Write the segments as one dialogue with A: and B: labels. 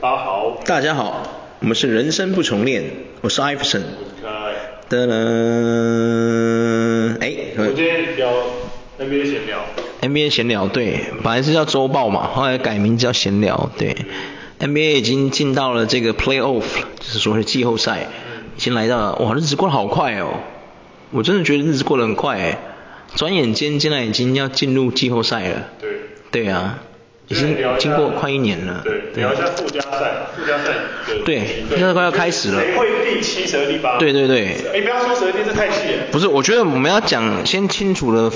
A: 大家好，
B: 大家好，我们是人生不重练，我是艾弗森。
A: 我是可爱。
B: 噔噔，哎
A: 我今天聊 NBA 闲聊，
B: ，NBA 闲聊对，本来是叫周报嘛，后来改名叫闲聊对。NBA 已经进到了这个 playoff，就是所谓的季后赛，已经来到了，哇，日子过得好快哦，我真的觉得日子过得很快哎，转眼间竟然已经要进入季后赛了。
A: 对，
B: 对啊，已
A: 今天
B: 经
A: 聊一下
B: 经过快一年了。
A: 对，聊一下附加赛，附加赛的
B: 嗯对
A: 比
B: 现在快要开始了
A: 谁会第七、十二、第八？
B: 对对对
A: 哎，不要说十二第，这太细了。
B: 不是，我觉得我们要讲，先清楚的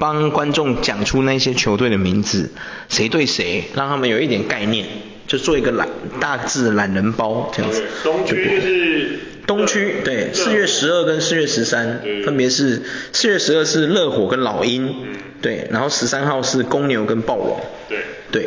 B: 帮观众讲出那些球队的名字，谁对谁，让他们有一点概念，就做一个懒大致的懒人包这样子
A: OK，。东区就是
B: 东区对，四月十二跟四月十三
A: 对
B: 分别是四月十二是热火跟老鹰
A: 嗯，
B: 对，然后十三号是公牛跟暴龙，
A: 对
B: 对。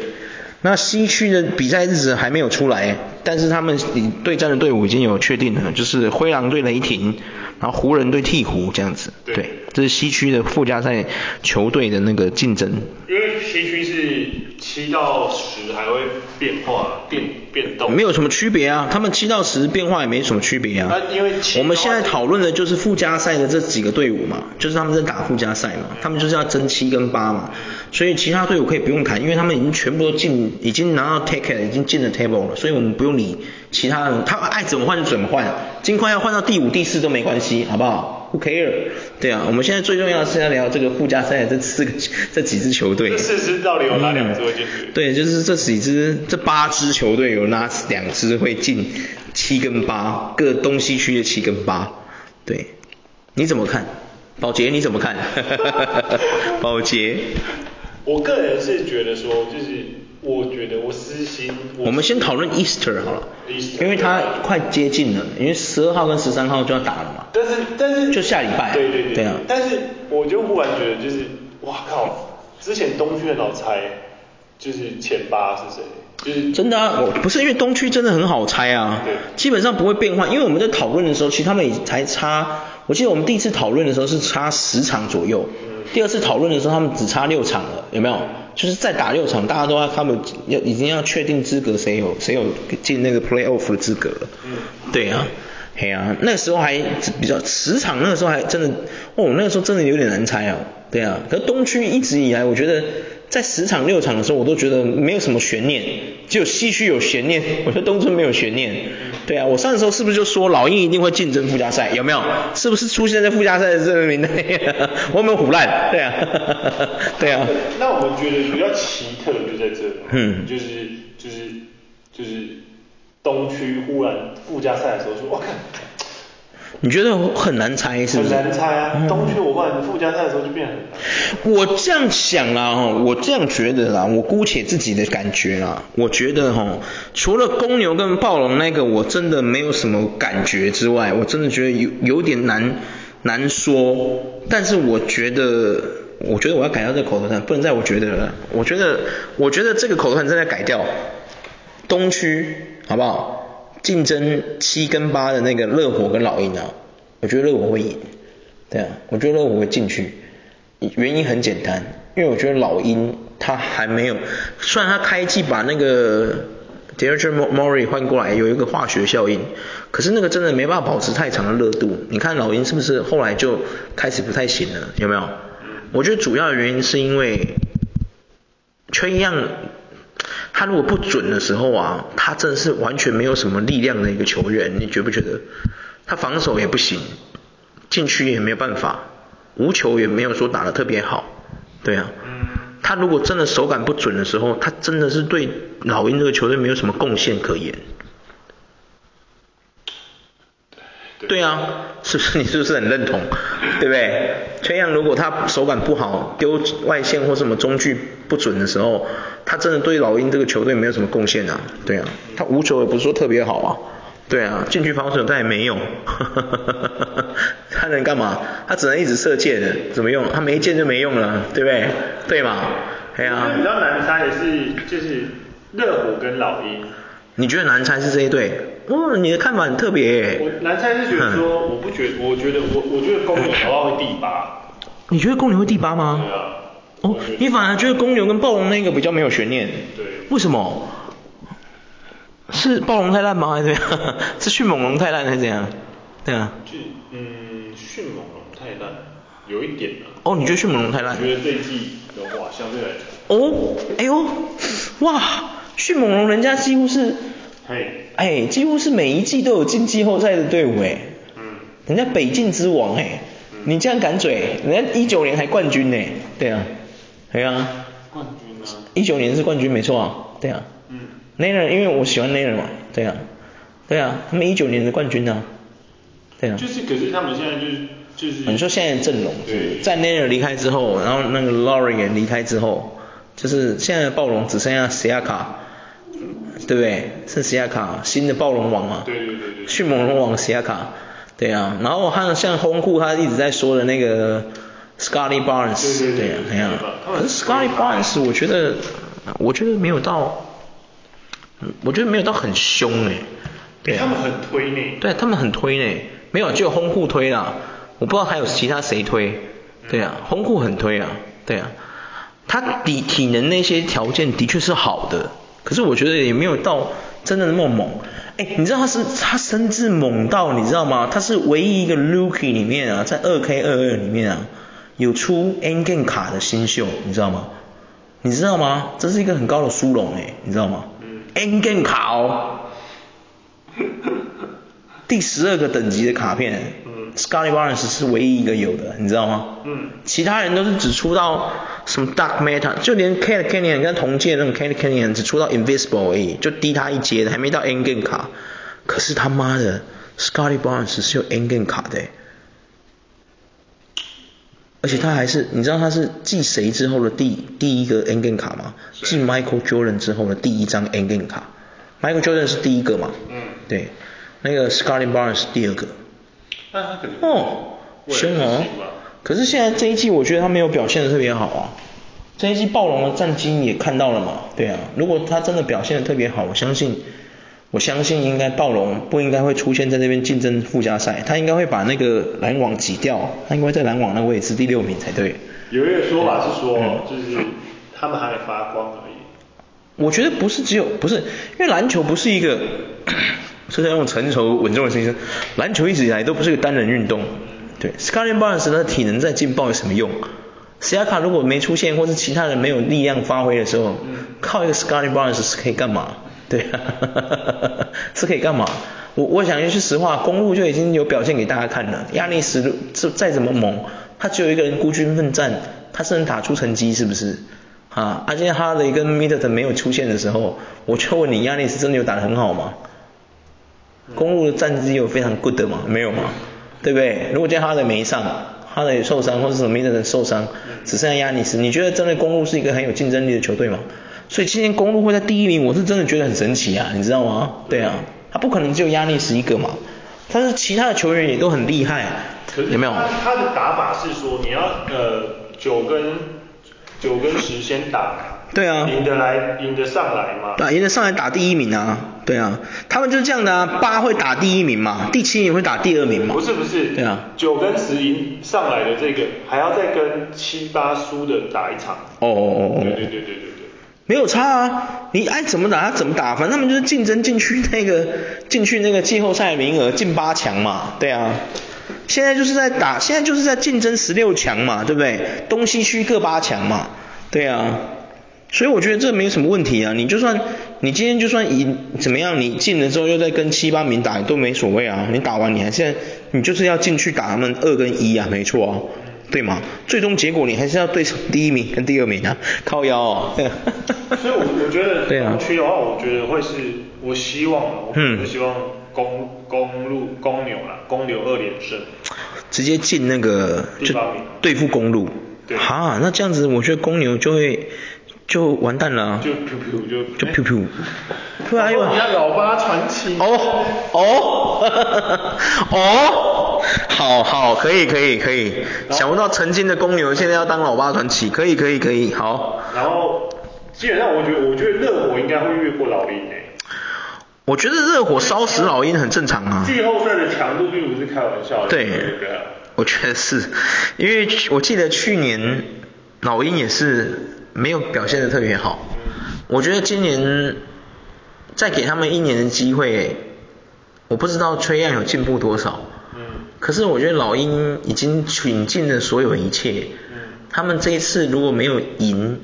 B: 那西区的比赛日子还没有出来，但是他们对战的队伍已经有确定了，就是灰狼对雷霆，然后湖人对鹈鹕这样子。
A: 对
B: 对，这是西区的附加赛球队的那个竞争。
A: 因为西区是七到十还会变化、变变动，
B: 没有什么区别啊，他们七到十变化也没什么区别啊。
A: 那因为七
B: 我们现在
A: 到
B: 讨论的就是附加赛的这几个队伍嘛，就是他们在打附加赛嘛，他们就是要争七跟八嘛，所以其他队伍可以不用谈，因为他们已经全部都进，已经拿到 ticket，已经进了 table 了，所以我们不用理其他人，他们爱怎么换就怎么换，金块要换到第五、第四都没关系，好不好？Who care？对啊，我们现在最重要的是要聊这个附加赛的这四个这几支球队。
A: 这四支到底有哪
B: 嗯
A: 两支会进去？
B: 对，就是这几支，这八支球队有那两支会进七跟八，各东西区的七跟八。对，你怎么看？保洁你怎 么看？保洁，
A: 我个人是觉得说，就是我觉得我私心，
B: 我们先讨论 Easter 好了
A: Easter
B: 因为它快接近了，因为十二号跟十三号就要打了嘛。
A: 但是但是哎
B: 就下礼拜
A: 对对对，
B: 对啊
A: 但是我就忽然觉得就是，哇靠！之前东区很好猜，就是前八是谁，就是
B: 真的啊，我不是因为东区真的很好猜啊
A: 对，
B: 基本上不会变换，因为我们在讨论的时候，其实他们也才差，我记得我们第一次讨论的时候是差十场左右，第二次讨论的时候他们只差六场了，有没有？就是再打六场，大家都要他们要已经要确定资格谁有谁有进那个 playoff 的资格了，对啊。嘿啊，那个时候还比较十场，那个时候还真的，哦，那个时候真的有点难猜哦。对啊，可是东区一直以来，我觉得在十场六场的时候，我都觉得没有什么悬念，只有西区有悬念， 我觉得东村没有悬念。对啊，我上的时候是不是就说老鹰一定会竞争附加赛？有没有？是不是出现在附加赛的这个名单 里？我有没有胡乱？对啊， 对啊，
A: 那我们觉得比较奇特的就在这，
B: 嗯
A: 就是就是就是东区忽然附加赛的时候说，哇看，
B: 你觉得很难猜是不
A: 很
B: 是？
A: 难猜啊！
B: 嗯
A: 东区我忽然附加赛的时候就变得很难，
B: 我这样想啦，哈，我这样觉得啦，啊我姑且自己的感觉啦，我觉得哈，除了公牛跟暴龙那个，我真的没有什么感觉之外，我真的觉得有有点难难说，但是我觉得。我觉得我要改掉这个口头禅，不能再我觉得了。我觉得，我觉得这个口头禅正在改掉。东区好不好？竞争七跟八的那个热火跟老鹰啊，我觉得热火会赢。对啊，我觉得热火会进去。原因很简单，因为我觉得老鹰他还没有，虽然他开季把那个 d e r r e Murray 换过来有一个化学效应，可是那个真的没办法保持太长的热度。你看老鹰是不是后来就开始不太行了？有没有？我觉得主要的原因是因为缺一样，他如果不准的时候啊，他真的是完全没有什么力量的一个球员，你觉不觉得？他防守也不行，禁区也没有办法，无球也没有说打得特别好，对啊。他如果真的手感不准的时候，他真的是对老鹰这个球队没有什么贡献可言。对啊，是不是你是不是很 认同？对不对？崔样如果他手感不好，丢外线或什么中距不准的时候，他真的对老鹰这个球队没有什么贡献啊。对啊，他无球也不是说特别好啊。对啊，禁区防守他也没有， 他能干嘛？他只能一直射箭，怎么用？他没箭就没用了，对不对？对嘛？对啊。
A: 比较难猜的是就是热火跟老鹰。
B: 你觉得难猜是这一队？哦，你的看法很特别
A: 我
B: 耶。
A: 南山是觉
B: 嗯
A: 得说，我不觉得，我觉得我我觉得公牛的话会第八，
B: 你觉得公牛会第八吗？
A: 对啊，
B: 哦
A: 我觉，得
B: 你反而觉得公牛跟暴龙那个比较没有悬念。
A: 对
B: 为什么？是暴龙太烂吗？还是怎么样？ 是迅猛龙太烂还是怎样？对啊。
A: 就嗯，迅猛龙太烂，有一点啊。
B: 哦，你觉得迅猛龙太
A: 我
B: 烂？
A: 觉得这一季的话，相对来讲，
B: 哦，哎呦，哇，迅猛龙人家几乎是，
A: 嘿，
B: 哎，几乎是每一季都有进季后赛的队伍哎，
A: 嗯，
B: 人家北境之王哎，你这样敢嘴，人家一九年还冠军呢，对啊，对啊，
A: 冠军啊，
B: 一九年是冠军没错啊，对啊
A: 嗯，
B: ，Nair 因为我喜欢 Nair 嘛，对啊，对啊，他们一九年的冠军啊，对啊，
A: 就是可是他们现在就是就是，
B: 哦你说现在的阵容是不是
A: 对，
B: 在 Nair 离开之后，然后那个 Laurie 也离开之后，就是现在的暴龙只剩下 s i a k a 对不对？是 s i a k a 新的暴龙王嘛？
A: 对对对对
B: 迅猛龙王 s i a k a 对啊。然后还有像红库他一直在说的那个 Scotty Barnes，
A: 对对对
B: 啊，
A: 对
B: 对啊
A: Scotty Barnes。
B: 可是 Scotty Barnes 我觉得，我觉得没有到，我觉得没有到很凶哎、对啊，
A: 他们很推呢，
B: 对他们很推呢，没有只有轰库推啦，我不知道还有其他谁推。对啊，轰库很推啊，对啊，他体体能那些条件的确是好的，可是我觉得也没有到真的那么猛。哎，你知道他是他甚至猛到你知道吗？他是唯一一个 Lucky 里面啊，在二 K 二二里面啊，有出 N g a n 卡的新秀，你知道吗？你知道吗？这是一个很高的殊荣哎，你知道吗？
A: 嗯
B: N g a n 卡 哦。第十二个等级的卡片，
A: 嗯
B: Scotty Barnes 是唯一一个有的，你知道吗？
A: 嗯
B: 其他人都是只出到什么 Dark Matter，就连 k a t Canyon 跟同届那种 k a t Canyon 只出到 Invisible 而已，就低他一阶的，还没到 n g a n 卡。可是他妈的，Scotty Barnes 是有 n g a n 卡的欸，而且他还
A: 嗯
B: 是，你知道他是继谁之后的第第一个 n g a n 卡吗？
A: 谁
B: 继 Michael Jordan 之后的第一张 n g a n 卡。Michael Jordan 是第一个嘛？
A: 嗯
B: 对，那个 Scotty Barnes 是第二个。
A: 那他可能
B: 哦，
A: 未
B: 凶
A: 来
B: 哦
A: 的新吧。
B: 可是现在这一季，我觉得他没有表现的特别好啊。这一季暴龙的战绩你也看到了嘛？对啊，如果他真的表现的特别好，我相信，我相信应该暴龙不应该会出现在这边竞争附加赛，他应该会把那个篮网挤掉，他应该会在篮网那个位置第六名才对。
A: 有一个说法是说，
B: 嗯
A: 就是他们还没发光而已。
B: 我觉得不是只有不是，因为篮球不是一个， 虽然用成熟稳重的声音说，篮球一直以来都不是一个单人运动。对 s c o t t y Barnes 他的体能再劲爆有什么用 s i a k a 如果没出现，或是其他人没有力量发挥的时候，靠一个 s c o t t y Barnes 是可以干嘛？对 啊，是可以干嘛？我我想一句实话，公路就已经有表现给大家看了。亚历斯这再怎么猛，他只有一个人孤军奋战，他是能打出成绩，是不是？啊，而且哈雷跟 Middleton 没有出现的时候，我就问你，亚历斯真的有打得很好吗？公路的战绩有非常 good 的吗？没有吗？对不对？如果今天哈雷没上，哈雷受伤或者什么 Middleton 受伤，只剩下亚尼斯，你觉得真的公路是一个很有竞争力的球队吗？所以今年公路会在第一名，我是真的觉得很神奇啊，你知道吗？对啊，他不可能只有亚尼斯一个嘛，但是其他的球员也都很厉害，啊
A: 可是
B: 有没有？
A: 他他的打法是说，你要呃九跟九跟十先打，
B: 对啊
A: 赢得来，赢得上来嘛。
B: 啊，沿着上来打第一名啊，对啊，他们就是这样的啊，八会打第一名嘛，第七名会打第二名嘛。
A: 不是不是，
B: 对啊
A: 九跟十赢上来的这个，还要再跟七八输的打一场。
B: 哦哦哦
A: 对对
B: 哦，
A: 对对对对，
B: 没有差啊，你爱怎么打他怎么打，反正他们就是竞争进去那个进去那个季后赛名额进八强嘛，对啊。现在就是在打，现在就是在竞争十六强嘛，对不对？东西区各八强嘛，对啊。所以我觉得这没什么问题啊，你就算你今天就算赢怎么样，你进了之后又再跟七八名打都没所谓啊，你打完你还是要你就是要进去打他们二跟一啊，没错啊，对吗？最终结果你还是要对手第一名跟第二名啊，靠腰 哦。对啊
A: 所以我我觉得
B: 对啊
A: 东区的话，我觉得会是我希望啊，我
B: 嗯
A: 我希望公公路公牛啦，公牛二连胜。
B: 直接进那个
A: 第
B: 就
A: 八名
B: 对付公路，
A: 对
B: 哈，那这样子我觉得公牛就会就完蛋了啊，
A: 就 QQ 就
B: 就 p 噗，突然又
A: 你要老八传奇
B: 哦哦 哦，好好，可以可以可以，想不到曾经的公牛现在要当老八传奇，可以可以可以，好，
A: 哎然后基本上我觉得我觉得热火应该会越过老鹰欸诶、
B: 我觉得热火烧死老鹰很正常啊，
A: 季后赛的强度并不是开玩笑的，
B: 对
A: 对啊，
B: 我觉得是，因为去我记得去年老鹰也是没有表现的特别好，我觉得今年再给他们一年的机会，我不知道崔样有进步多少。
A: 嗯
B: 可是我觉得老鹰已经倾尽了所有一切。
A: 嗯
B: 他们这一次如果没有赢，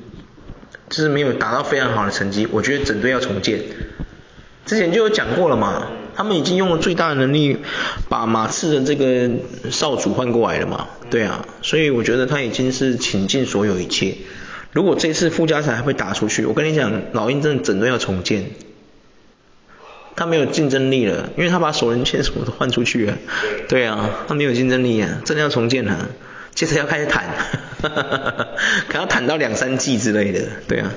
B: 就是没有达到非常好的成绩，我觉得整队要重建。之前就有讲过了嘛，他们已经用了最大的能力把马刺的这个少主换过来了嘛，对啊，所以我觉得他已经是倾尽所有一切。如果这次附加赛还被打出去，我跟你讲，老鹰真的整队要重建。他没有竞争力了，因为他把首轮签什么都换出去了。对啊，他没有竞争力啊，真的要重建了，接着要开始谈， 可能要谈到两三季之类的。对啊，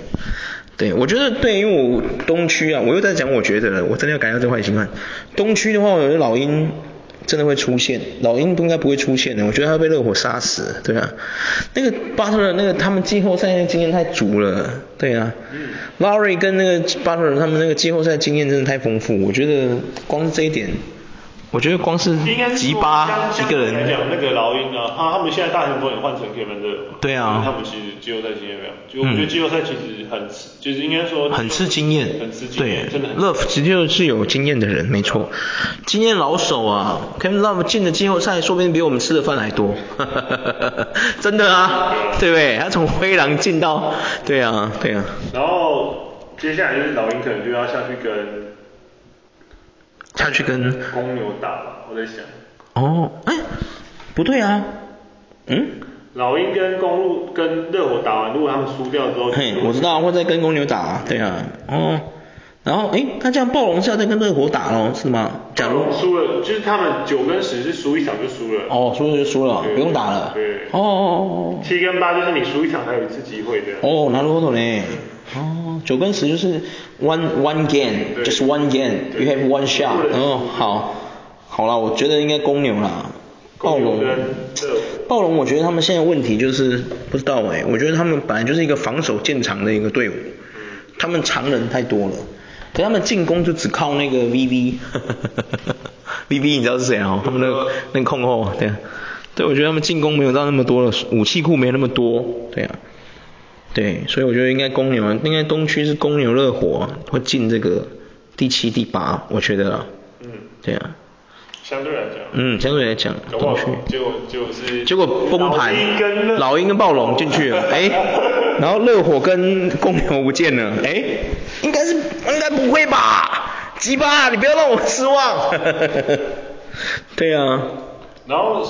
B: 对，我觉得对于我东区啊，我又在讲我觉得了，我真的要改掉这坏习惯。东区的话，我觉得老鹰真的会出现，老鹰不应该不会出现的，我觉得他会被热火杀死。对啊，那个巴特勒那个他们季后赛那个经验太足了。对啊。
A: 嗯
B: 拉瑞跟那个巴特勒他们那个季后赛经验真的太丰富，我觉得光是这一点，我觉得光是
A: 应该是
B: 吉
A: 说
B: 巴
A: 相
B: 一个
A: 相对来
B: 人，
A: 讲那个老鹰啊，他他们现在大前锋也换成 Kevin 热火，
B: 对啊
A: 因为他们其实季后赛经验没有，就我觉得
B: 嗯
A: 季后赛其实很吃，就是应该说
B: 很吃经验，
A: 很吃经
B: 对
A: 验，真的很吃
B: ，Love 其实就是有经验的人，没错，经验老手啊，Kevin Love 进的季后赛说不定比我们吃的饭还多， 真的啊，对不对？他从灰狼进到，对啊，对啊，
A: 然后接下来就是老鹰可能就要下去跟
B: 他去跟
A: 公牛打吧，我在想，
B: 哦，哎，不对啊，嗯，
A: 老鹰跟公路跟热火打完，如果他们输掉之后，
B: 嘿，我知道啊，会再跟公牛打、啊，对啊，哦，然后诶，那这样暴龙是要再跟热火打咯，是吗？假如
A: 输了，就是他们九跟十是输一场就输了，
B: 哦，输了就输了，
A: 对
B: 不用打了。
A: 对
B: 哦哦
A: 七跟八就是你输一场还有一次机会的
B: 哦。哦，哦，拿罗头呢？哦，九跟十就是 one one game，
A: 对
B: just one
A: 对
B: game，you have one shot
A: 对。
B: 哦，好，好啦，我觉得应该公牛啦，哦暴
A: 公牛
B: 龙
A: 跟。热火
B: 暴龙，我觉得他们现在问题就是不知道哎、我觉得他们本来就是一个防守见长的一个队伍，他们常人太多了，可他们进攻就只靠那个 VV，VV 你知道是谁哦？他们那个那个控后，对啊，对，我觉得他们进攻没有到那么多了，武器库没那么多，对啊，对，所以我觉得应该公牛，啊应该东区是公牛热火啊会进这个第七、第八，我觉得啊，
A: 嗯，
B: 对啊，
A: 相对来讲，
B: 嗯，相对来讲，
A: 搞不好
B: 东区。
A: 结果结果是
B: 结果崩盘
A: 老鹰跟热，
B: 老鹰跟暴龙进去了， 哎，然后热火跟公牛不见了，哎，应该是应该不会吧？鸡巴，你不要让我失望。 对啊，
A: 然后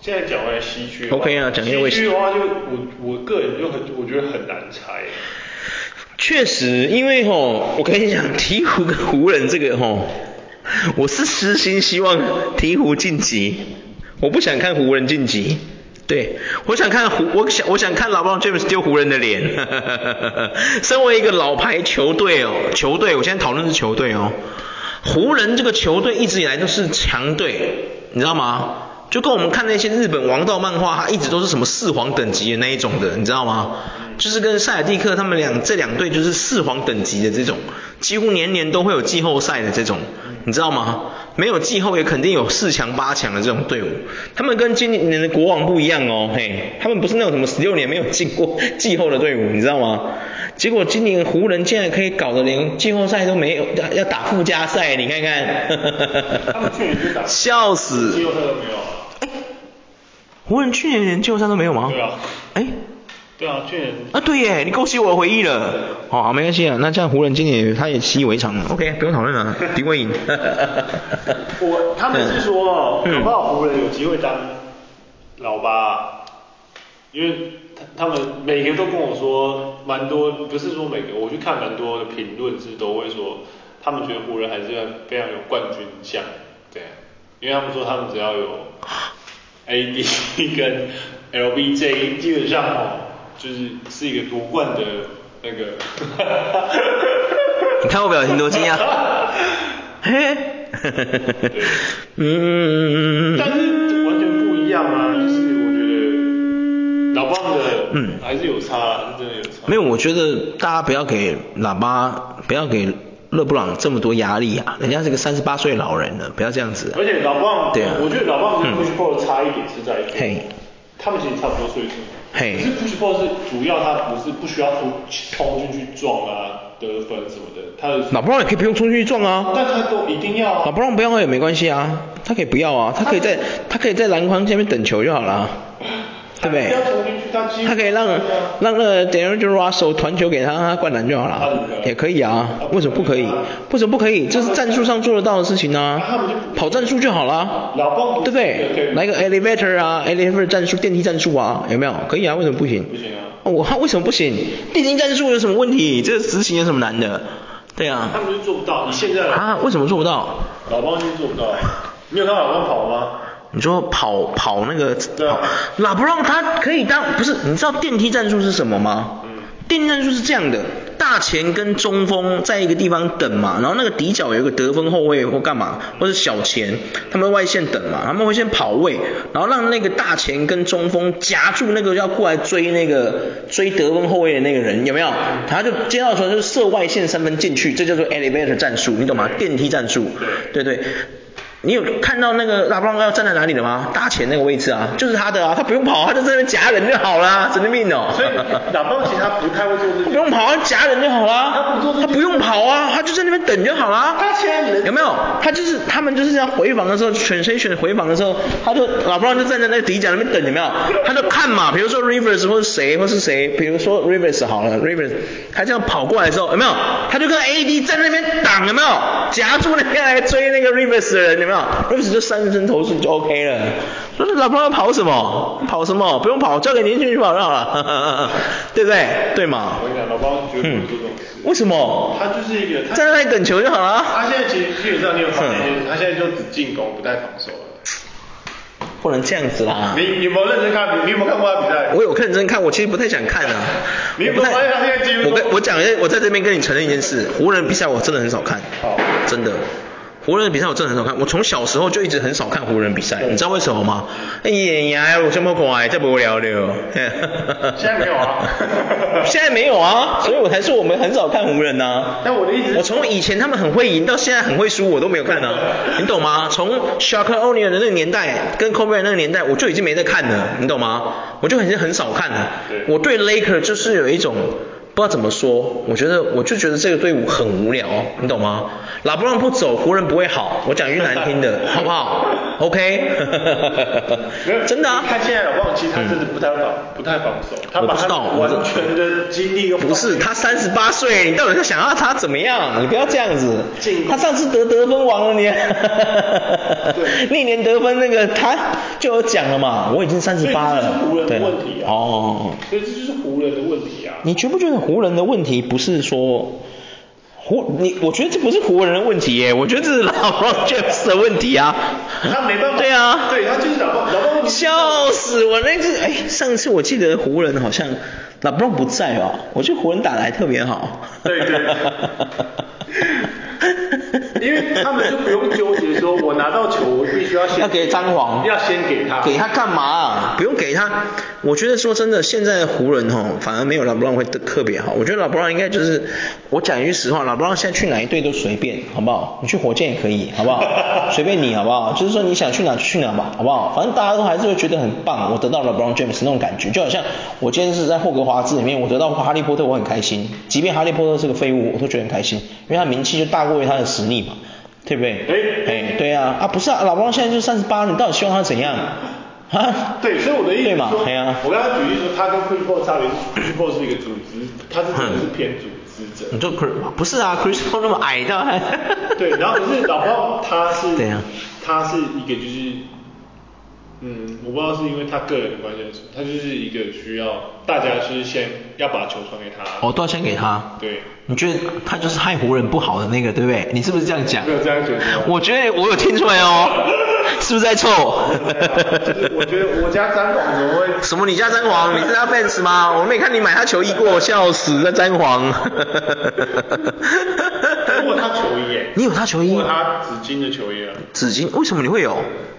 A: 现在讲回来西区的话
B: OK 啊讲一下为
A: 西
B: 什
A: 区的话就我我个人就很我觉得很难猜，
B: 确实，因为吼，我跟你讲，鹈鹕跟湖人这个吼，我是私心希望鹈鹕晋级，我不想看湖人晋级。对，我想看湖，我想我想看老布朗詹姆斯丢湖人的脸。 身为一个老牌球队哦，球队，我现在讨论是球队哦。湖人这个球队一直以来都是强队，你知道吗？就跟我们看那些日本王道漫画，它一直都是什么四皇等级的那一种的，你知道吗？就是跟塞尔蒂克他们两这两队就是四皇等级的这种，几乎年年都会有季后赛的这种，你知道吗？没有季后也肯定有四强八强的这种队伍，他们跟今年的国王不一样哦，嘿，他们不是那种什么十六年没有进过 季后的队伍，你知道吗？结果今年湖人竟然可以搞得连季后赛都没有，要要打附加赛，你看
A: 他们去年就打
B: 看，笑
A: 季
B: 死！
A: 后赛都没有啊，
B: 湖人去年连季后赛都没有吗？
A: 对啊，
B: 哎，
A: 对啊，去年
B: 啊对耶，你勾起我的回忆了。哦，好没关系啊，那这样湖人今年也他也习以为常了。OK，不用讨论了，定位 赢。
A: 我他们是说哦，
B: 嗯
A: 搞不好湖人有机会当老八，因为他他们每个都跟我说，蛮多不是说每个，我去看蛮多的评论是都会说，他们觉得湖人还是非常有冠军相，对，因为他们说他们只要有 AD 跟 LBJ，基本上哦，就是是一个夺冠的那个。
B: 你看我表情多惊讶。 嘿，嗯，
A: 但是完全不一样啊，就是我觉得老棒的，
B: 嗯
A: 还是有差啊，是真的有差。
B: 没有，我觉得大家不要给喇叭，不要给勒布朗这么多压力啊！人家是个三十八岁老人了，不要这样子、啊
A: 而。且老棒，
B: 对啊
A: 我觉得老棒跟
B: 嗯
A: Push Paul 差一点是在于，
B: 嘿，
A: 他们其实差不多岁数，
B: 嘿
A: 可是 push ball 是主要它不是不需要突冲进去撞啊得分什么的，他的
B: 老布朗也可以不用出去撞啊，
A: 但他都一定要
B: 老
A: 啊，
B: 布朗不要也没关系啊，他可以不要啊，他可以在他可以在篮筐下面等球就好了啊，对不
A: 不要
B: 对？
A: 冲进去，他几乎
B: 他可以让
A: 对啊
B: 让那个 d a n i e Russell 传球给他，他灌篮就好
A: 他
B: 了
A: 怎么了，
B: 也可以啊，为什么不可以？为什么不可以？这是战术上做得到的事情啊
A: 他们就不，
B: 跑战术就好了，
A: 老棒不
B: 对不对？来个 elevator 啊，elevator 战术、电梯战术啊，有没有？可以啊，为什么不行？
A: 不行啊，
B: 哦，我他为什么不行？电梯战术有什么问题？这执行有什么难的？对
A: 他
B: 啊，
A: 们就做不到。你现在
B: 啊，为什么做不到？
A: 老棒就是做不到，你有看到老棒跑吗？
B: 你说跑跑那个
A: 对啊
B: 跑，拉布让他可以当不是？你知道电梯战术是什么吗？
A: 嗯
B: 电梯战术是这样的，大前跟中锋在一个地方等嘛，然后那个底角有一个得分后卫或干嘛，或者小前，他们外线等嘛，他们会先跑位，然后让那个大前跟中锋夹住那个要过来追那个追得分后卫的那个人，有没有？他就接到球就射外线三分进去，这叫做 elevator 战术，你懂吗？电梯战术，对对。你有看到那个拉布朗要站在哪里了吗？大前那个位置啊，就是他的啊，他不用跑，他就在那边夹人就好啦，神经病哦。
A: 所以老棒其实他不太会做这
B: 他不
A: 些，
B: 用跑，他夹人就好啦
A: 他不做。这
B: 他不用跑啊，他就在那边等就好啊啦。
A: 他现在人
B: 有没有？他就是他们就是这样回防的时候，选谁选回防的时候，他就老布朗就站在那个底角那边等，有没有？他就看嘛，比如说 Rivers 或者谁或是谁，比如说 Rivers 好了，Rivers 他这样跑过来的时候，有没有？他就跟 AD 站在那边挡，有没有？夹住那边来追那个 Rivers 的人，有没有？Rivers 就三分投诉就 OK 了。说老布朗跑什么？跑什么？不用跑，交给年轻人去跑就好了， 对不对？对嘛？嗯
A: 我跟你讲，老棒绝对不会做这种事，
B: 为什么？
A: 他就是一个他
B: 站在那里等球就好了，
A: 他现在其实基本上你有发现一件事，他现在就只进攻不带防守
B: 嗯
A: 了。
B: 不能这样子啦。
A: 你你有没有认真看？你有没有看过他比赛？
B: 我有认真看，我其实不太想看啊。
A: 啊你啊有没
B: 我不
A: 有
B: 太
A: 发现他现在几乎都
B: 我跟我讲一下，我在这边跟你承认一件事，湖人比赛我真的很少看。
A: 好
B: 真的。湖人的比赛我真的很少看，我从小时候就一直很少看湖人比赛，你知道为什么吗？哎呀，我这么乖，这么无聊的。
A: 现在没有啊
B: 现在没有啊，所以我才说我们很少看湖人呐、啊。
A: 但我的意思是
B: 我从以前他们很会赢到现在很会输，我都没有看 啊，你懂吗？从 Shaq O'Neal 的那个年代跟 Kobe 的那个年代，我就已经没在看了，你懂吗？我就很很少看了。
A: 对
B: 我对 Laker 就是有一种不知道怎么说，我觉得我就觉得这个队伍很无聊，你懂吗？拉布朗不走，湖人不会好。我讲一句难 听的，好不好？OK？
A: 没有
B: 真的啊。
A: 他现在老棒其实他真的不太防，不太防守，他把
B: 我知
A: 他
B: 道我知道
A: 完全的精力都
B: 不是，他三十八岁，你到底是想要他怎么样？你不要这样子
A: 进。
B: 他上次得得分王了，你
A: 对
B: 那年得分那个他就有讲了嘛，我已经三十八了。
A: 所以这就是湖人的
B: 对
A: 问题啊
B: 哦哦哦，
A: 所以这就是湖人的问题啊。
B: 你觉不觉得湖人的问题不是说湖你？我觉得这不是湖人的问题耶，我觉得这是老 Ron James 的问题啊。
A: 他没办法，
B: 对啊。
A: 对他就是老棒，老棒 不是
B: 笑死我！那次哎，上次我记得湖人好像拉布朗不在哦，我觉得湖人打得还特别好。
A: 对对因为他们就不用纠结说，我拿到球我必须要先
B: 要给张皇
A: 要先给他，
B: 给他干嘛啊、不用给他。我觉得说真的，现在湖人哈、反而没有拉布朗会特特别好。我觉得拉布朗应该就是，我讲一句实话，拉布朗现在去哪一队都随便，好不好？你去火箭也可以，好 不好？随便你，好不好？就是说你想去哪就去哪吧，好不好？反正大家都还是会觉得很棒，我得到了 LeBron James 那种感觉，就好像我今天是在霍格华兹里面，我得到哈利波特，我很开心。即便哈利波特是个废物，我都觉得很开心，因为他名气就大过于他的实力嘛，对不对？
A: 哎
B: 哎，对啊，啊不是啊，老布朗现在就三十八，你到底希望他怎样？啊？
A: 对，所以我的意思
B: 对
A: 是
B: 嘛
A: 说，，
B: 哎呀、
A: 我刚刚举例说，他跟 Chris Paul 差别是，Chris Paul 是一个组织，他是真的是偏组织者
B: 你，就 Chris 不是啊，Chris Paul 那么矮的，
A: 对，然 后可是老包他是，
B: 对啊
A: 他是一个就是，嗯，我不知道是因为他个人的关系还是什么，他就是一个需要大家是先要把球传给他，
B: 我都要先给他。
A: 对，
B: 你觉得他就是害湖人不好的那个，对不对？你是不是这样讲
A: 没？有这样觉得。
B: 我觉得我有听出来 哦，是不是在臭？
A: 就是我觉得我家詹皇怎么会？
B: 什么？你家詹皇？你是他 fans 吗？我没看你买他球衣过，笑死！那詹皇，
A: 我有他球衣耶，
B: 你有他球衣
A: 我有？他紫金的球衣啊。
B: 纸巾？为什么你会有？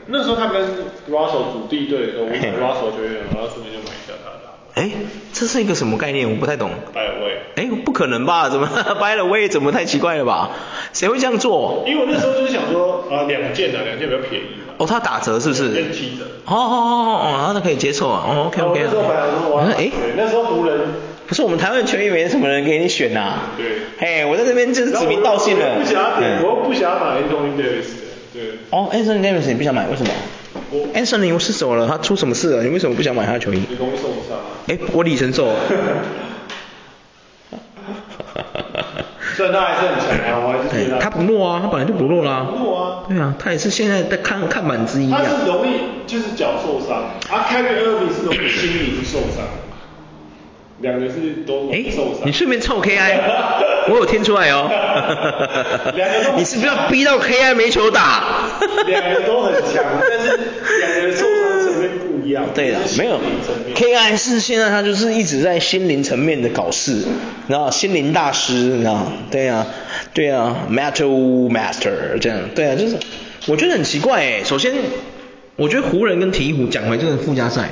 A: 那时候他跟 Russell 组地队的时候，我买
B: 嘿
A: Russell 球衣，然后顺便就买一下他的啊
B: 哎，这是一个什么概念？我不太懂。
A: 百位。
B: 哎，不可能吧？怎么掰了位？怎么太奇怪了吧？谁会这样做？
A: 因为我那时候就是想说，啊，两件啊，两件比较便宜嘛。
B: 哦，它打折是不是？
A: 跟七折。
B: 哦哦哦哦哦，那可以接受啊。哦，OK
A: 然后那
B: OK。
A: 时候本来说我要打
B: 我说
A: 对
B: 哎，
A: 那时候湖人
B: 不是我们台湾球衣没什么人给你选呐、
A: 对
B: 哎，我在这边就是指名道姓
A: 然后我又
B: 了。
A: 不想要点，
B: 嗯
A: 我又不想要买 Anthony Davis 的，对。
B: 哦，Anthony Davis 你不想买，为什么
A: 我
B: ？Anthony 牛失手了，他出什么事了？你为什么不想买他的球衣？
A: 你容易受 伤啊。
B: 哎，我李承受。
A: 虽然他还是很强啊，我还是觉
B: 哎
A: 得
B: 他不弱啊，他本来就不弱啦、
A: 不弱啊
B: 对啊，他也是现在的看看板之一啊
A: 他。是容易就是脚受伤，啊 k e v i 是容易心灵受伤，两个是都容
B: 哎
A: 易受，伤。。
B: 你顺便凑 KI，我有听出来哦
A: 两个都
B: 你是不是要逼到 KI 没球打？
A: 两个都很强，但是两个人受伤层面不一样。
B: 对
A: 了
B: 了，，没有
A: 层面。
B: KI 是现在他就是一直在心灵层面的搞事，你知道吗心灵大师，你知道吗对啊，对啊，Metal Master 这样，对啊，就是我觉得很奇怪哎。首先，我觉得湖人跟鹈鹕讲回这个附加赛，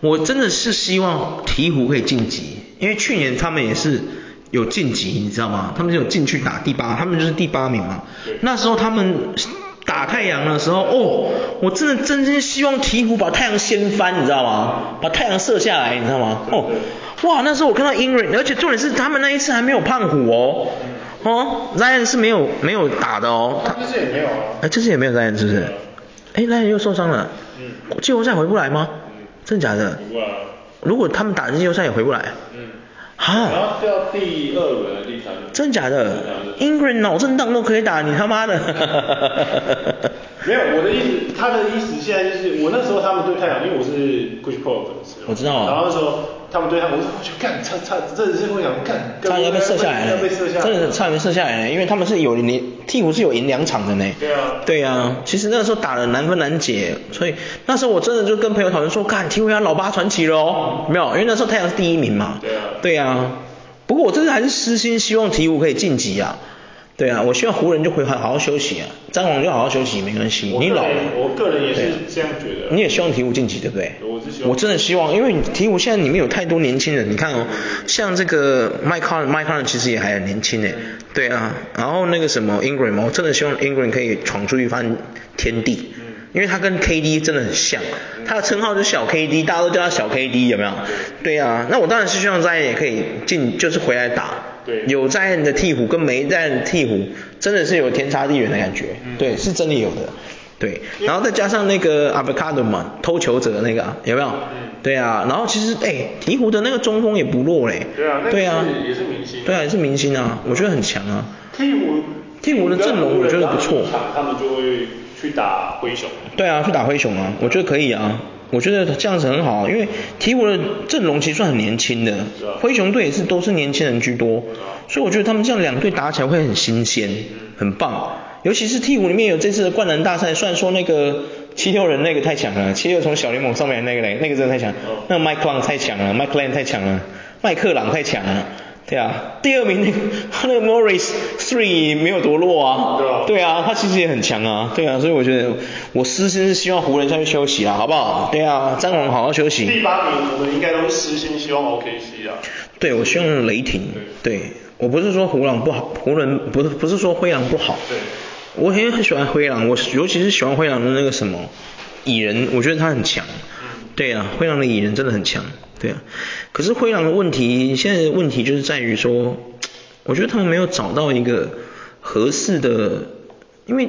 B: 我真的是希望鹈鹕可以晋级，因为去年他们也是。有晋级，你知道吗？他们就有进去打第八，他们就是第八名嘛
A: 对。
B: 那时候他们打太阳的时候，哦，我真的真心希望鹈鹕把太阳掀翻，你知道吗？把太阳射下来，你知道吗？哦，哇，那时候我看到英瑞，而且重点是他们那一次还没有胖虎哦，哦，Zion 是没有没有打的哦，他
A: 他就是也没有啊。
B: 哎，这次也没有 Zion 是不是？哎，Zion 又受伤了，
A: 嗯
B: 季后赛回不来吗？
A: 嗯
B: 真假的？
A: 不过啊，
B: 如果他们打进季后赛也回不来，
A: 嗯，
B: 哈？
A: 然后掉第二轮还是第三轮？
B: 真假的
A: 真的
B: ？Ingram 脑震荡都可以打，你他妈的！
A: 没有，我的意思，他的意思现在就是，我那时候他们对太阳，因为我是 Gucci Pro 的粉丝嘛，
B: 我知道啊
A: 然后那时候他们对太阳，我说我去干，差差，真的是会想干，
B: 差点要被射下来
A: 要
B: 了
A: 被射下，来，
B: 真的是差点被射下来了，因为他们是有你鹈鹕是有赢两场的呢。
A: 对啊
B: 对啊，其实那时候打的难分难解，所以那时候我真的就跟朋友讨论说，干鹈鹕要老八传奇喽，没有，因为那时候太阳是第一名嘛。
A: 对啊
B: 对啊，不过我真的还是私心希望鹈鹕可以晋级啊。对啊，我希望湖人就回好好好休息啊，詹皇就好好休息，没关系，
A: 我个
B: 你
A: 人
B: 老了。
A: 我个人也
B: 对
A: 是
B: 啊
A: 这样觉得。
B: 你也希望鹈鹕晋级对不对？
A: 我是希望
B: 真的希望，因为鹈鹕现在里面有太多年轻人，你看哦，像这个麦康麦康其实也还很年轻
A: 嗯
B: 诶，对啊，然后那个什么 Ingram，我真的希望 Ingram 可以闯出一番天地。
A: 嗯
B: 因为他跟 KD 真的很像，他的称号就是小 KD，大家都叫他小 KD，有没有？对啊，那我当然是希望 z 也可以进，就是回来打。
A: 对
B: 有 z 的替补跟没 z 的替补，真的是有天差地远的感觉。
A: 嗯
B: 对，是真的有的。对，然后再加上那个 avocado 嘛，偷球者那个啊有没有？
A: 嗯
B: 对啊，然后其实哎，鹈鹕的那个中锋也不弱嘞。
A: 对啊那个
B: 对啊
A: 是也是明星啊
B: 对啊，也是明星啊，我觉得很强啊。
A: 替补，
B: 替补的阵容我觉得不错
A: 他们就会去打灰熊。
B: 对啊，去打灰熊啊，我觉得可以啊。我觉得这样子很好，因为鹈鹕的阵容其实算很年轻的
A: 是啊，
B: 灰熊队也是都是年轻人居多
A: 啊，
B: 所以我觉得他们这样两队打起来会很新鲜，
A: 嗯
B: 很棒。尤其是鹈鹕里面有这次的灌篮大赛，虽然说那个七六人那个太强了，七六从小联盟上面来那个嘞，那个真的太强，
A: 哦
B: 那个麦克朗太强了，麦克朗太强了，麦克朗太强了。对啊，第二名那个他那个 Morris three 没有多弱啊，
A: 对啊
B: 对啊，他其实也很强啊，对啊，所以我觉得我私心是希望湖人下去休息啦，好不好？对啊，詹皇好好休
A: 第
B: 息。
A: 八名，我们应该都是私心希望 OKC 啊。
B: 对，我希望雷霆。对，我不是说湖人不好，湖人不是不是说灰狼不好。
A: 对，
B: 我也很喜欢灰狼，我尤其是喜欢灰狼的那个什么蚁人，我觉得他很强。对啊，灰狼的蚁人真的很强。对啊，可是灰狼的问题，现在的问题就是在于说，我觉得他们没有找到一个合适的，因为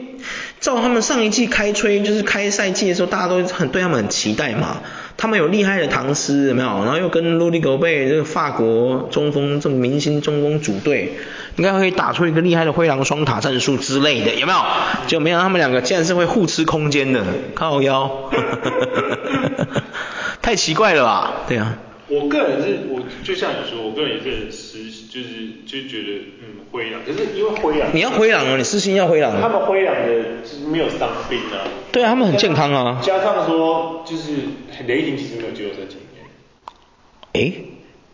B: 照他们上一季开吹，就是开赛季的时候，大家都很对他们很期待嘛。他们有厉害的唐斯，有没有？然后又跟卢迪狗贝这个法国中锋这个明星中锋组队，应该会打出一个厉害的灰狼双塔战术之类的，有没有？就没想到他们两个竟然是会互吃空间的，靠腰， 太奇怪了吧？对啊，
A: 我个人是我就像你说，我个人也是很私，就是就觉得嗯灰狼，可是因为灰狼，
B: 你要灰狼啊，你私心要灰狼
A: 他
B: 啊，
A: 们灰狼的就是没有伤病啊。
B: 对啊，他们很健康啊。
A: 加上说，就是雷霆其实没有季后赛经验，
B: 诶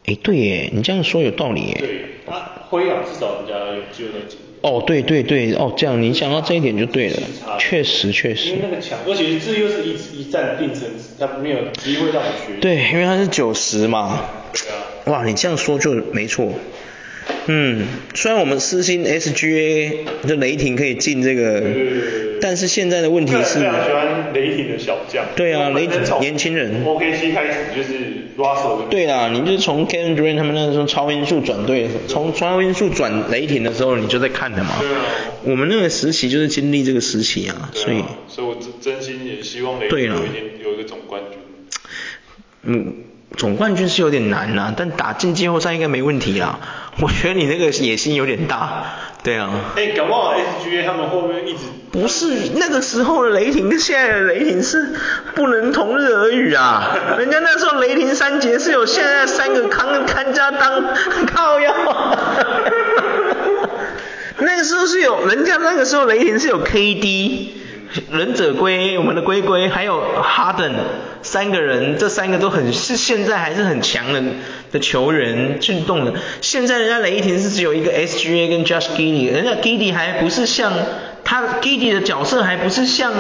B: 诶，对耶，你这样说有道理耶。
A: 对，他灰狼至少人家有季后赛经验，
B: 哦，对对对，哦，这样你想到这一点就对了，确实确
A: 因
B: 实
A: 为。那个强，而且这又是一一战定胜制，他没有机会让你学。
B: 对，因为他是九十嘛。
A: 对啊，
B: 哇，你这样说就没错。嗯，虽然我们私心 SGA 就雷霆可以进这个
A: 对对对对对，
B: 但是现在的问题
A: 个人
B: 是
A: 非，常喜欢雷霆的小将。
B: 对啊
A: 我本身
B: 雷霆
A: 从
B: 年轻人
A: OKC 开始就是 Russell 跟啊
B: 对啦，你就是从 Kevin Durant 他们那时候超音速转队的时候，从超音速转雷霆的时候，你就在看的嘛。
A: 对啊
B: 我们那个时期就是经历这个时期啊，
A: 对啊
B: 所以，
A: 所以我真真心也希望雷霆
B: 对啊
A: 有一天有一个总冠军。
B: 嗯，总冠军是有点难啦、啊但打进季后赛应该没问题啦。我觉得你那个野心有点大，对啊。
A: 哎、搞不好 SGA 他们后面一直
B: 不是那个时候的雷霆跟现在的雷霆是不能同日而语啊！人家那时候雷霆三杰是有现在三个康看家当靠腰、啊。那个时候是有，人家那个时候雷霆是有 KD、忍者龟、我们的龟龟，还有哈登三个人，这三个都很是现在还是很强的的球员，运动的。现在人家雷霆是只有一个 SGA 跟 Josh Giddey，人家 Giddey 还不是像他 Giddey 的角色还不是像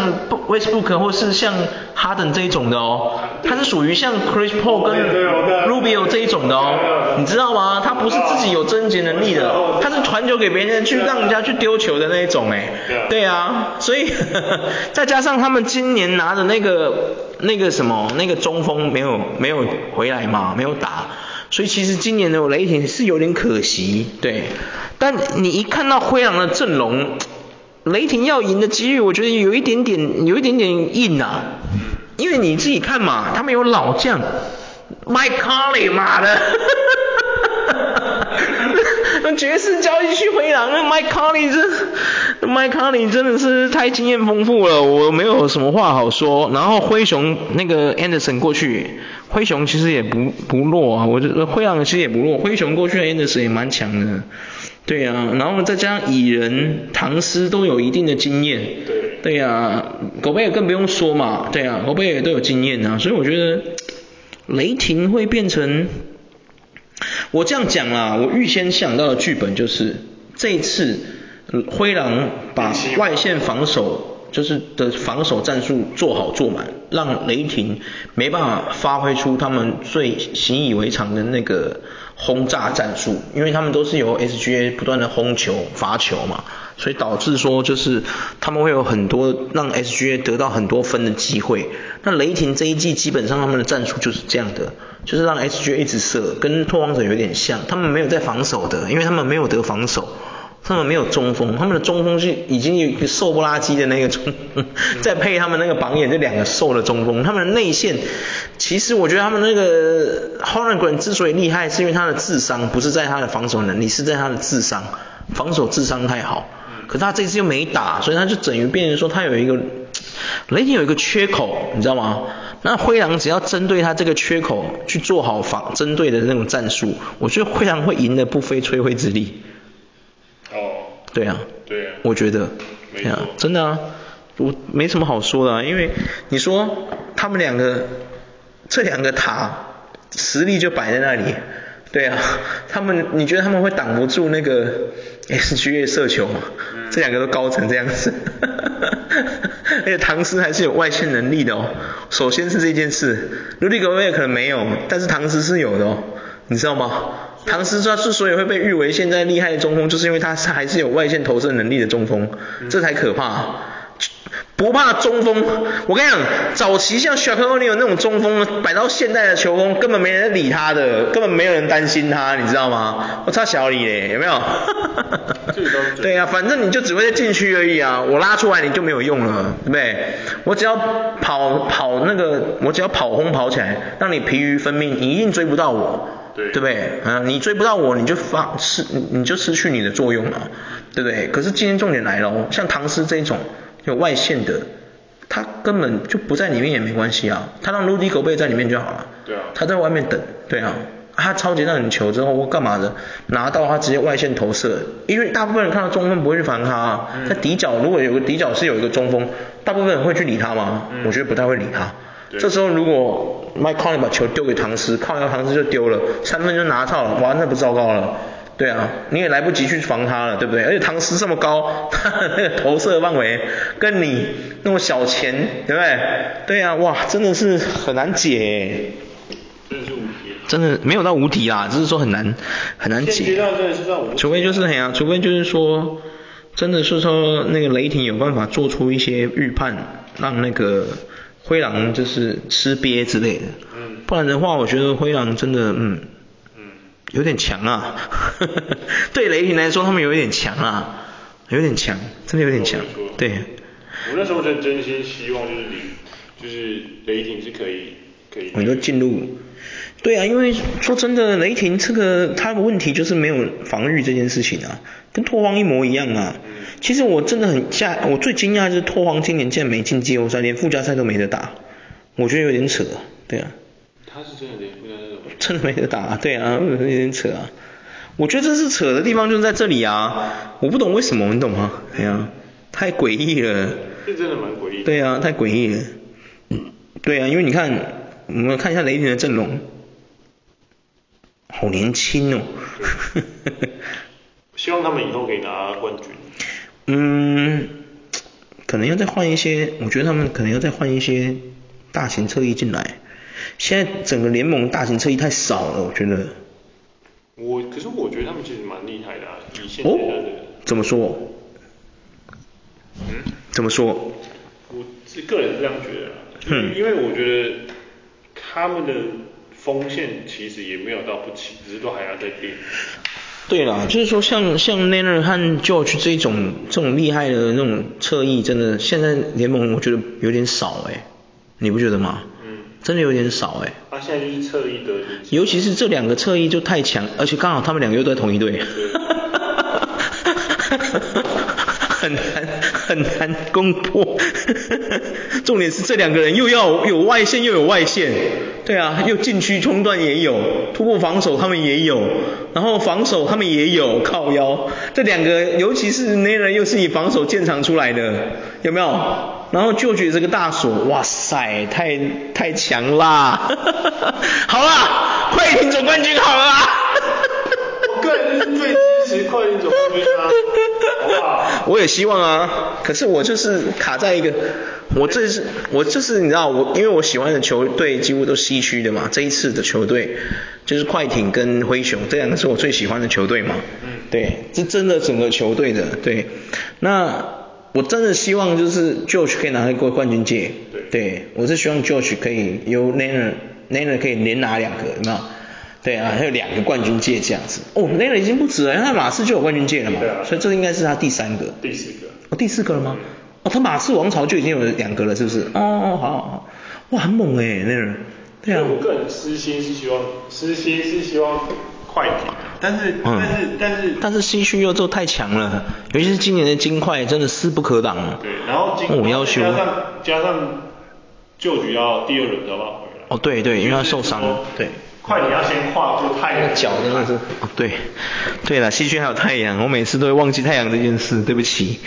B: Westbrook 或是像哈登这一种的哦，他是属于像 Chris Paul 跟
A: 对对我看
B: Rubio 这一种的哦，你知道吗？他不是自己有终结能力的，他是传球给别人去让人家去丢球的那一种哎
A: 对啊，
B: 对啊，所以 再加上他们今年拿的那个那个什么那个中锋没有没有回来嘛，没有打，所以其实今年的雷霆是有点可惜，对，但你一看到灰狼的阵容，雷霆要赢的几率我觉得有一点点有一点点硬啊，因为你自己看嘛，他们有老将，Mike Conley 妈的。 那爵士交易去回廊，那 Mike Conley 真，Mike Conley 真的是太经验丰富了，我没有什么话好说。然后灰熊那个 Anderson 过去，灰熊其实也不不弱啊，我觉得灰狼其实也不弱，灰熊过去的 Anderson 也蛮强的。对啊，然后再加上蚁人、唐斯都有一定的经验。
A: 对
B: 对啊，狗贝尔更不用说嘛，对啊，狗贝尔都有经验啊，所以我觉得雷霆会变成我这样讲啦，我预先想到的剧本就是这一次呃灰狼把外线防守就是的防守战术做好做满，让雷霆没办法发挥出他们最习以为常的那个轰炸战术，因为他们都是由 SGA 不断的轰球、罚球嘛，所以导致说就是他们会有很多让 SGA 得到很多分的机会。那雷霆这一季基本上他们的战术就是这样的，就是让 SGA 一直射，跟拓荒者有点像，他们没有在防守的，因为他们没有得防守。他们没有中锋，他们的中锋是已经有一个瘦不拉几的那个中锋， 再配他们那个榜眼这两个瘦的中锋，他们的内线，其实我觉得他们那个 h o r n g r e n 之所以厉害，是因为他的智商不是在他的防守能力，是在他的智商，防守智商太好。可是他这次又没打，所以他就等于变成说他有一个雷霆有一个缺口，你知道吗？那灰狼只要针对他这个缺口去做好防针对的那种战术，我觉得灰狼会赢的不费吹灰之力。
A: 哦，
B: 对啊，
A: 对啊
B: 我觉得，
A: 没
B: 对啊
A: 错，
B: 真的啊，我没什么好说的、啊，因为你说他们两个这两个塔实力就摆在那里，对啊，他们你觉得他们会挡不住那个 SGA 射球吗？
A: 嗯
B: 这两个都高成这样子， 而且唐斯还是有外线能力的哦。首先是这件事，卢迪格威尔可能没有，但是唐斯是有的哦，你知道吗？唐斯他之所以会被誉为现在厉害的中锋，就是因为他是还是有外线投射能力的中锋，
A: 嗯
B: 这才可怕、不怕中锋，我跟你讲，早期像 s h a q u i l O'Neal 那种中锋，摆到现代的球风，根本没人理他的，根本没有人担心他，你知道吗？我差小李嘞，有没有？
A: 这个倒是真的
B: 对啊，反正你就只会在禁区而已啊，我拉出来你就没有用了，对不对？我只要跑跑那个，我只要跑轰跑起来，让你疲于奔命，你一定追不到我，
A: 对
B: 不对？嗯，你追不到我，你就发失，你你就失去你的作用了，对不对？可是今天重点来了哦，像唐诗这一种有外线的，他根本就不在里面也没关系啊，他让 Rudy 狗贝在里面就好了。
A: 对啊
B: 他在外面等，对啊，他超级到你球之后或干嘛的，拿到他直接外线投射，因为大部分人看到中锋不会去防他、啊，在底角如果有个底角是有一个中锋，大部分人会去理他吗？我觉得不太会理他。
A: 对
B: 这时候如果 Mike Conley 把球丢给唐斯，靠腰唐斯就丢了，三分就拿到了，哇，那不糟糕了。对啊，你也来不及去防他了，对不对？而且唐斯这么高， 他的那个投射范围跟你那么小前，对不对？对啊，哇，真的是很难解耶。
A: 真的是无敌了。
B: 真的没有到无敌啊啦，只是说很难很难
A: 现阶
B: 解。
A: 段真的是让我
B: 除非就是很啊，除非就是说，真的是说那个雷霆有办法做出一些预判，让那个灰狼就是吃瘪之类的。
A: 嗯
B: 不然的话，我觉得灰狼真的嗯
A: 嗯，
B: 有点强啊。 对雷霆来说，他们有一点强啊，有点强，真的有点强
A: 没错。
B: 对，
A: 我那时候真真心希望就是你就是雷霆是可以可以
B: 我就进入。对啊，因为说真的，雷霆这个他的问题就是没有防御这件事情啊，跟拓荒一模一样啊。其实我真的很吓，我最惊讶的是拓荒今年竟然没进季后赛，连附加赛都没得打，我觉得有点扯。对啊，
A: 他是真的连不那种。
B: 真的没得打、对啊，有点扯啊。我觉得这是扯的地方就是在这里啊，我不懂为什么，你懂吗？哎呀、太诡异了。
A: 这真的蛮诡异的。
B: 对啊，太诡异了。对啊，因为你看，我们看一下雷霆的阵容，好年轻哦。
A: 希望他们以后可以拿冠军。
B: 嗯，可能要再换一些，我觉得他们可能要再换一些大型侧翼进来。现在整个联盟大型侧翼太少了，我觉得。
A: 我可是我觉得他们其实蛮厉害的、啊，以现在的、
B: 哦，怎么说？
A: 嗯，
B: 怎么说？
A: 我是个人是这样觉得啦。啊
B: 嗯
A: 因为我觉得他们的锋线其实也没有到不起，只是都还要再练。
B: 对啦，就是说像像 n a n e r 和 George 这种这种厉害的那种侧翼，真的现在联盟我觉得有点少哎、你不觉得吗？
A: 嗯，
B: 真的有点少哎、
A: 他、现在就是侧翼得力。
B: 尤其是这两个侧翼就太强，而且刚好他们两个又在同一队， 很难很难攻破。重点是这两个人又要有外线又有外线，对啊，又禁区冲断也有，突破防守他们也有，然后防守他们也有靠腰，这两个尤其是 n a r 又是以防守建长出来的，有没有？然后就举这个大锁，哇塞，太太强啦！ 好啦，快艇总冠军好了啊啦！
A: 我个人就是最支持快艇总冠军啊，好不好？
B: 我也希望啊，可是我就是卡在一个，我这是我就是你知道我，因为我喜欢的球队几乎都西区的嘛，这一次的球队就是快艇跟灰熊，这两个是我最喜欢的球队嘛。
A: 嗯
B: 对，这真的整个球队的对，那我真的希望就是 George 可以拿一个冠军戒
A: 对
B: 对，我是希望 George 可以由 n a n e r n a n e r 可以连拿两个，有没有？对啊，还有两个冠军戒这样子。哦 n a n e r 已经不止了，因为他马刺就有冠军戒了嘛，
A: 对啊
B: 所以这应该是他第三个。
A: 第四个，
B: 哦，第四个了吗？哦，他马刺王朝就已经有两个了，是不是？哦哦，好好好，哇，很猛哎，那人，对啊
A: 所以，我个人私心是希望，私心是希望快艇的，但是、但
B: 嗯
A: 是但是
B: 但是西区又都太强了，尤其是今年的金块，真的势不可挡。哦
A: 对，然后今
B: 我要求
A: 加上加上旧局要第二轮要不要回来？
B: 哦，对对，因为他受伤了，对。
A: 快点要先跨过太
B: 那
A: 阳
B: 个脚真的是，哦对，对了，西区还有太阳，我每次都会忘记太阳这件事，对不起，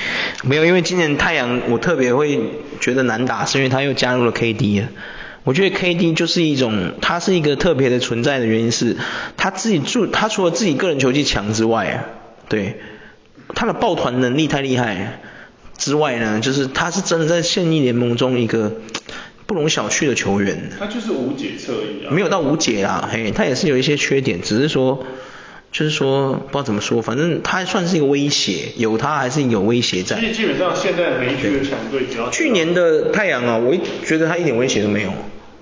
B: 没有，因为今年太阳我特别会觉得难打，是因为他又加入了 KD 了。我觉得 KD 就是一种，他是一个特别的存在的原因是，他自己住，他除了自己个人球技强之外啊，对，他的抱团能力太厉害之外呢，就是他是真的在现役联盟中一个不容小觑的球员。
A: 他就是无解侧翼啊，
B: 没有到无解啦，嘿，他也是有一些缺点，只是说，就是说不知道怎么说，反正他算是一个威胁，有他还是有威胁
A: 其实
B: 在。
A: 基本上现在每一区的强队只要
B: 去年的太阳啊，我一觉得他一点威胁都没有，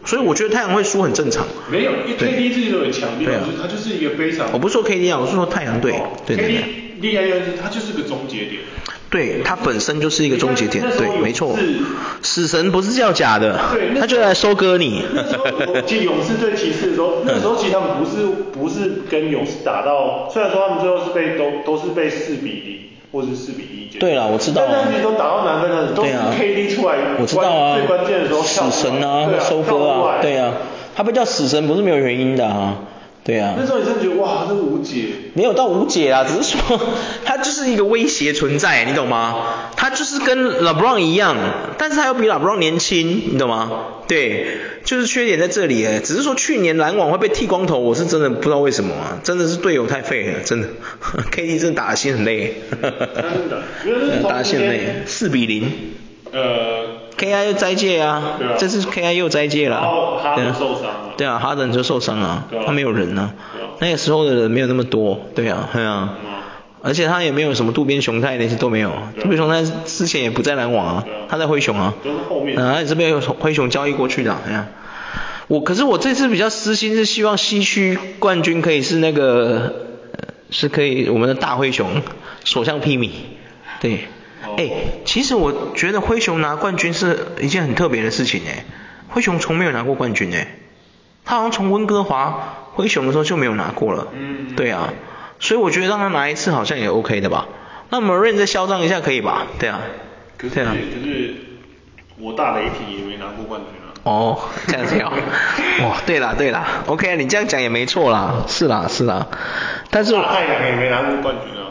B: 所以我觉得太阳会输很正常。
A: 没有，因为
B: 对
A: KD 自己都很强烈，
B: 对啊
A: 就是他就是一个非常哦
B: 我不是说 KD 啊，我是说太阳队，对对对，
A: KD 厉害的就是 E，他就是个终结点，
B: 对他本身就是一个终结点
A: 那时，候
B: 对
A: 有，
B: 没错
A: 是，
B: 死神不是叫假的
A: 对那时，候
B: 他就来收割你。
A: 那时候其实勇士对骑士的时候，那时候其实他们不是不是跟勇士打到，虽然说他们最后是被都都是被四比零或是四比一结束，
B: 对啦我知道啊
A: 但那时候打到难分的，都是
B: 对啊
A: KD 出来，
B: 我知道啊，
A: 最关键的时候跳
B: 死
A: 出来
B: 神啊，
A: 对啊，
B: 收割
A: 跳出
B: 啊
A: 来，
B: 对啊，他被叫死神不是没有原因的啊，对啊，
A: 那时候你真的觉得哇，这无解，
B: 没有到无解啊，只是说他就是一个威胁存在，你懂吗？他就是跟 LeBron 一样，但是他又比 LeBron 年轻，你懂吗？对，就是缺点在这里哎，只是说去年篮网会被剃光头，我是真的不知道为什么啊，真的是队友太废了，真的 ，KD 真的打得心很累，
A: 真的因为那是同时间
B: 打得心很累，四比零，
A: 呃，
B: K I 又斋戒啊，
A: 对啊
B: 这次 K I 又斋戒了
A: 然后哈
B: 啊，对
A: 登
B: 啊
A: 受伤了
B: 对啊，哈登就受伤了
A: 对啊，
B: 他没有人啊
A: 对啊，
B: 那个时候的人没有那么多，对啊，对啊
A: 嗯啊，
B: 而且他也没有什么渡边雄太那些都没有，
A: 对啊
B: 渡边雄太之前也不在篮网啊
A: 对啊，
B: 他在灰熊啊，
A: 都是后面
B: 啊，他也是被灰熊交易过去的啊，哎呀，我可是我这次比较私心是希望西区冠军可以是那个，呃是可以我们的大灰熊所向披靡，对，哎、
A: 哦
B: 其实我觉得灰熊拿冠军是一件很特别的事情哎，灰熊从没有拿过冠军哎，他好像从温哥华灰熊的时候就没有拿过了，
A: 嗯
B: 对啊，所以我觉得让他拿一次好像也 OK 的吧，那 Marin 再嚣张一下可以吧？对啊，
A: 可是、
B: 对啊。
A: 可是我大雷霆也没拿过冠军啊。
B: 哦，这样子哦，哇，对啦对啦，OK，你这样讲也没错啦，是啦是啦，但是，
A: 大太
B: 哎
A: 阳也没拿过冠军啊。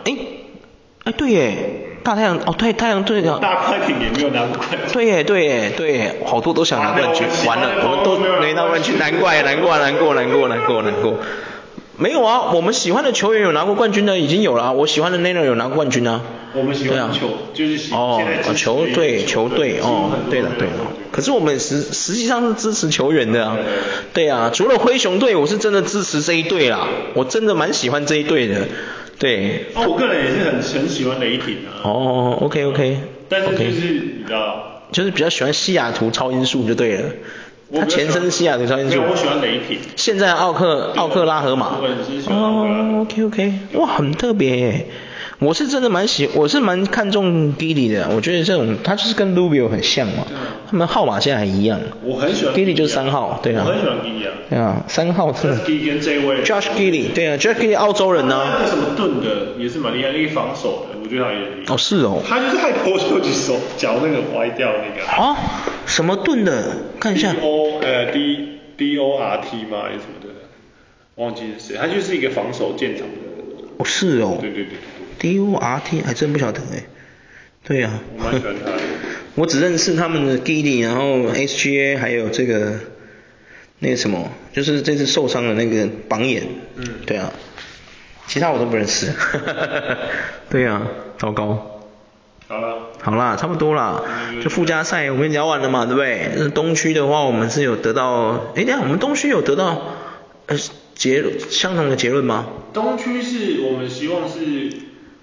B: 哎对耶，大太阳哦对太阳队长，
A: 大快艇也没有拿过冠军。
B: 对耶对耶对耶，好多都想拿冠军，完
A: 完了
B: 了啊我们
A: 我们喜欢的
B: 都没拿冠军，难怪难怪难过难过难过难过，没有啊，我们喜欢的球员有拿过冠军的已经有了啊，我喜欢的 n a n a 有拿过冠军啊，
A: 我们喜欢
B: 对啊
A: 球就是喜
B: 哦
A: 现在支持，
B: 球
A: 的
B: 队球队
A: 球队
B: 哦
A: 很，多
B: 对
A: 都
B: 了
A: 没有
B: 对
A: 冠
B: 了
A: 军，
B: 可是我们实实际上是支持球员的啊
A: 对对，
B: 对啊，除了灰熊队，我是真的支持这一队啦，我真的蛮喜欢这一队的，对，
A: 啊，我个人也是很很喜欢雷霆啊。
B: 哦，OK OK，
A: 但是就
B: OK，
A: 是你知道，
B: 就是比较喜欢西雅图超音速就对了，
A: 我
B: 他
A: 比较喜欢
B: 前身是西雅图超音
A: 没
B: 速
A: 有，，我喜欢雷霆。
B: 现在奥克奥克拉荷马
A: 我本身，喜欢奥克拉荷马
B: 哦，OK OK，哇，很特别耶。我是真的蛮喜，我是蛮看重 Giddy 的，我觉得这种他就是跟 Rubio 很像嘛
A: 对啊，
B: 他们号码现在还一样。
A: 我很喜欢
B: Giddy
A: Giddey 啊
B: 就是三号，对啊，
A: 我很喜欢 Giddey 啊
B: 对啊，三号真的
A: Giddy 跟这位
B: Josh Giddy，对啊，Josh Giddy 澳洲人呢、
A: 那个什么盾的也是蛮厉害，那个防守的，我觉得他也很厉害。
B: 哦，是哦，
A: 他就是害波丘吉手脚那个歪掉那个。
B: 哦，什么盾的，看一下
A: D，O 呃 D D O R T 吗还是什么的，忘记是谁，他就是一个防守建长的人。
B: 哦，是哦
A: 对对对对
B: ，D U R T 还真不晓得哎，对啊，
A: 对，我蛮喜欢 他的。
B: 我只认识他们的 Giddy，然后 S G A，还有这个那个什么，就是这次受伤的那个榜眼。
A: 嗯
B: 对啊，其他我都不 认识。对啊，糟糕。
A: 好了，
B: 好啦，差不多啦，
A: 嗯
B: 就附加赛我们聊完了嘛，对不对？那东区的话，我们是有得到，哎，等一下我们东区有得到呃结相同的结论吗？
A: 东区是我们希望是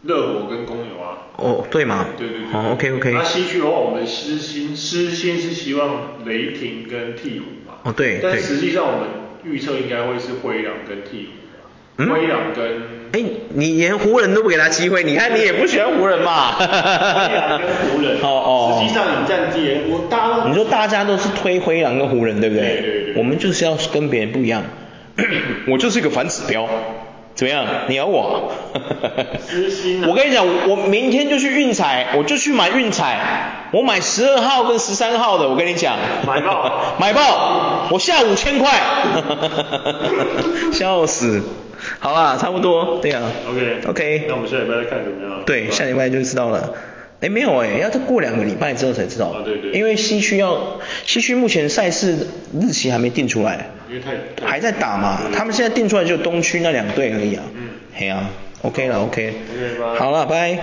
A: 热火跟公牛啊。
B: 哦，对嘛？
A: 对对对。啊
B: 哦，OK OK
A: 那。西区的话，我们私心私心是希望雷霆跟鹈鹕嘛。
B: 哦对
A: 但
B: 对
A: 实际上我们预测应该会是灰狼跟鹈鹕
B: 嗯
A: 吧。灰狼跟
B: 哎，你连湖人都不给他机会，你看你也不喜欢湖人嘛？ 。
A: 灰狼跟湖人
B: 哦哦。
A: 实际上你战绩也，我大家都
B: 你说大家都是推灰狼跟湖人，对不对？
A: 对对对
B: 我们就是要跟别人不一样， 我就是一个反指标。怎么样？你咬我啊？
A: 私心啊
B: 我跟你讲，我明天就去运彩，我就去买运彩，我买十二号跟十三号的。我跟你讲，
A: 买爆
B: 买爆！我下五千块， 笑死。好啦，差不多，对啊。
A: OK
B: OK，
A: 那我们下礼拜再看怎么样？
B: 对，下礼拜就知道了。哎，没有哎，要再过两个礼拜之后才知道。
A: 啊对对
B: 因为西区要，西区目前赛事日期还没定出来，
A: 因为太
B: 还在打嘛。他们现在定出来就东区那两队而已啊。
A: 嗯
B: 嘿啊，OK 了，OK。
A: OK，拜
B: 好了，拜。